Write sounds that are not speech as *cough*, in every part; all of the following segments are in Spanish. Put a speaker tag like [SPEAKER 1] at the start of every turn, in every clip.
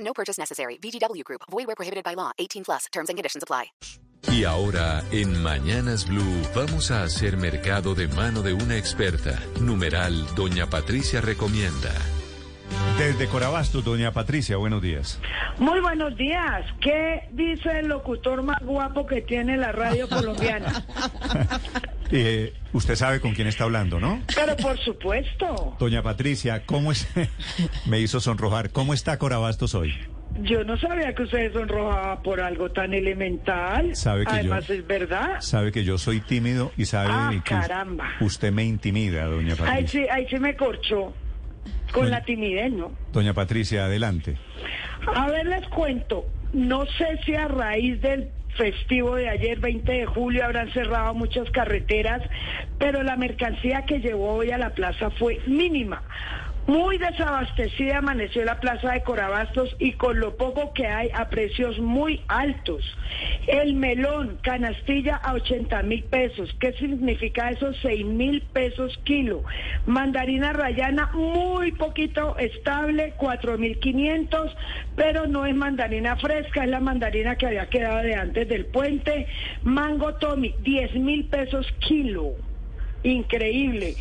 [SPEAKER 1] No purchase necessary. VGW Group. Void where prohibited by law. 18 plus. Terms and conditions apply.
[SPEAKER 2] Y ahora, en Mañanas Blue, vamos a hacer mercado de mano de una experta. Numeral, doña Patricia recomienda.
[SPEAKER 3] Desde Corabastos, doña Patricia, buenos días.
[SPEAKER 4] Muy buenos días. ¿Qué dice el locutor más guapo que tiene
[SPEAKER 3] *laughs*
[SPEAKER 4] la radio colombiana?
[SPEAKER 3] Eh, usted sabe con quién está hablando, ¿no?
[SPEAKER 4] Pero por supuesto,
[SPEAKER 3] Doña Patricia, ¿cómo es? *laughs* Me hizo sonrojar. ¿Cómo está Corabastos hoy?
[SPEAKER 4] yo no sabía que ustedes sonrojaban por algo tan elemental.
[SPEAKER 3] Sabe que yo-
[SPEAKER 4] Además es verdad.
[SPEAKER 3] Sabe que yo soy tímido y sabe
[SPEAKER 4] Ah,
[SPEAKER 3] que
[SPEAKER 4] caramba.
[SPEAKER 3] usted me intimida, doña
[SPEAKER 4] Ahí
[SPEAKER 3] Patricia.
[SPEAKER 4] sí, ahí sí me corchó. Con
[SPEAKER 3] Bueno.
[SPEAKER 4] la timidez, ¿no?
[SPEAKER 3] Doña Patricia, adelante.
[SPEAKER 4] A ver, les cuento. No sé si a raíz del festivo de ayer, 20 de julio, habrán cerrado muchas carreteras, pero la mercancía que llevó hoy a la plaza fue mínima. Muy desabastecida amaneció la plaza de Corabastos y con lo poco que hay a precios muy altos. El melón, canastilla a 80 mil pesos. ¿Qué significa eso? 6 mil pesos kilo. Mandarina rayana muy poquito estable, 4 mil 500, pero no es mandarina fresca, es la mandarina que había quedado de antes del puente. Mango Tommy, 10 mil pesos kilo. Increíble.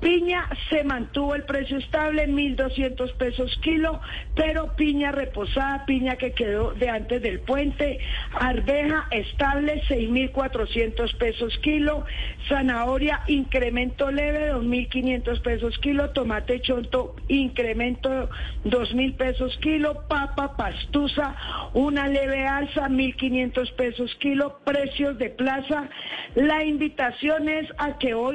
[SPEAKER 4] Piña se mantuvo el precio estable, 1.200 pesos kilo, pero piña reposada, piña que quedó de antes del puente, arveja estable, 6.400 pesos kilo, zanahoria incremento leve, 2.500 pesos kilo, tomate chonto incremento 2.000 pesos kilo, papa pastusa, una leve alza, 1.500 pesos kilo, precios de plaza. La invitación es a que hoy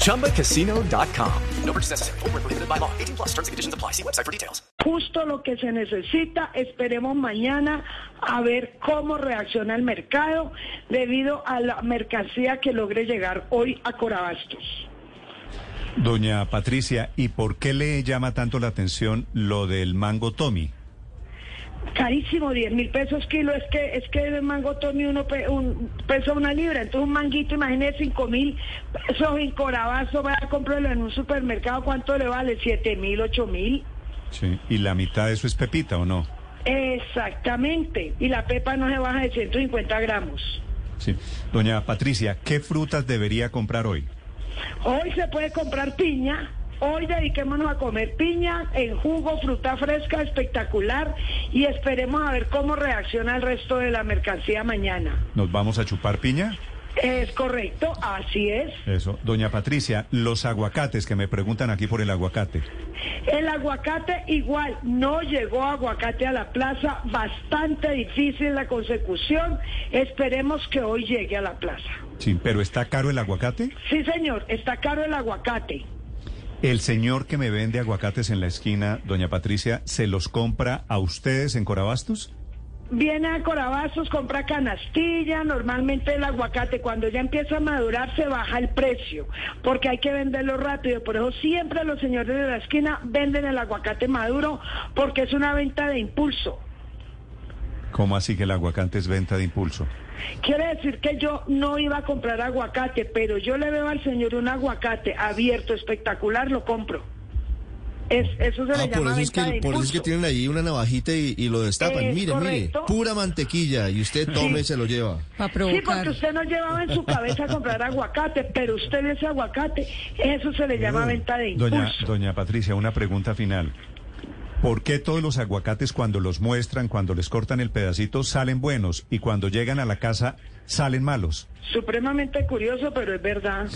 [SPEAKER 5] ChumbaCasino.com. No purchase necessary. Void where prohibited by law. 18 plus terms and conditions apply. See website for details.
[SPEAKER 4] justo lo que se necesita. Esperemos mañana a ver cómo reacciona el mercado debido a la mercancía que logre llegar hoy a Corabastos.
[SPEAKER 3] Doña Patricia, ¿y por qué le llama tanto la atención lo del mango Tommy?
[SPEAKER 4] Carísimo, 10 mil pesos kilo, es que es que el mango Tommy uno pe- un, pesa una libra, entonces un manguito, imagínese 5 mil pesos en Corabasto, vaya a comprarlo en un supermercado, ¿cuánto le vale? 7 mil, 8 mil.
[SPEAKER 3] Sí. ¿Y la mitad de eso es pepita o no?
[SPEAKER 4] Exactamente, y la pepa no se baja de 150 gramos.
[SPEAKER 3] Sí. Doña Patricia, ¿qué frutas debería comprar hoy?
[SPEAKER 4] Hoy se puede comprar piña. Hoy dediquémonos a comer piña en jugo, fruta fresca, espectacular. Y esperemos a ver cómo reacciona el resto de la mercancía mañana.
[SPEAKER 3] ¿Nos vamos a chupar piña?
[SPEAKER 4] Es correcto, así es.
[SPEAKER 3] Eso. Doña Patricia, los aguacates que me preguntan aquí por el aguacate.
[SPEAKER 4] El aguacate igual, no llegó aguacate a la plaza. Bastante difícil la consecución. Esperemos que hoy llegue a la plaza.
[SPEAKER 3] Sí, pero ¿está caro el aguacate?
[SPEAKER 4] Sí, señor, está caro el aguacate.
[SPEAKER 3] El señor que me vende aguacates en la esquina, doña Patricia, ¿se los compra a ustedes en Corabastos?
[SPEAKER 4] Viene a Corabazos, compra canastilla, normalmente el aguacate cuando ya empieza a madurar se baja el precio, porque hay que venderlo rápido, por eso siempre los señores de la esquina venden el aguacate maduro porque es una venta de impulso.
[SPEAKER 3] ¿Cómo así que el aguacate es venta de impulso?
[SPEAKER 4] Quiere decir que yo no iba a comprar aguacate, pero yo le veo al señor un aguacate abierto, espectacular, lo compro. Es, eso se le
[SPEAKER 6] Ah,
[SPEAKER 4] llama
[SPEAKER 6] por eso, es
[SPEAKER 4] venta de
[SPEAKER 6] que, por eso es que
[SPEAKER 4] impulso.
[SPEAKER 6] tienen ahí una navajita y, y lo destapan.
[SPEAKER 4] Es
[SPEAKER 6] mire,
[SPEAKER 4] Eh, correcto.
[SPEAKER 6] mire, pura mantequilla y usted tome y se lo lleva.
[SPEAKER 7] Para
[SPEAKER 4] Sí, porque
[SPEAKER 7] provocar.
[SPEAKER 4] usted no llevaba en su cabeza a comprar aguacate, pero usted ese aguacate, eso se
[SPEAKER 6] Eh,
[SPEAKER 4] le llama venta de impulso.
[SPEAKER 3] Doña, doña Patricia, una pregunta final. ¿Por qué todos los aguacates cuando los muestran, cuando les cortan el pedacito, salen buenos y cuando llegan a la casa salen malos.
[SPEAKER 4] Supremamente curioso, pero es verdad.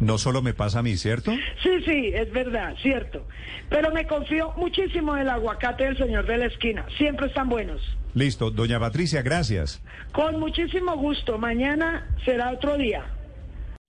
[SPEAKER 3] No solo me pasa a mí, ¿cierto?
[SPEAKER 4] Sí, sí, es verdad, cierto. Pero me confío muchísimo del aguacate del señor de la esquina. Siempre están buenos.
[SPEAKER 3] Listo, doña Patricia, gracias.
[SPEAKER 4] Con muchísimo gusto. Mañana será otro día.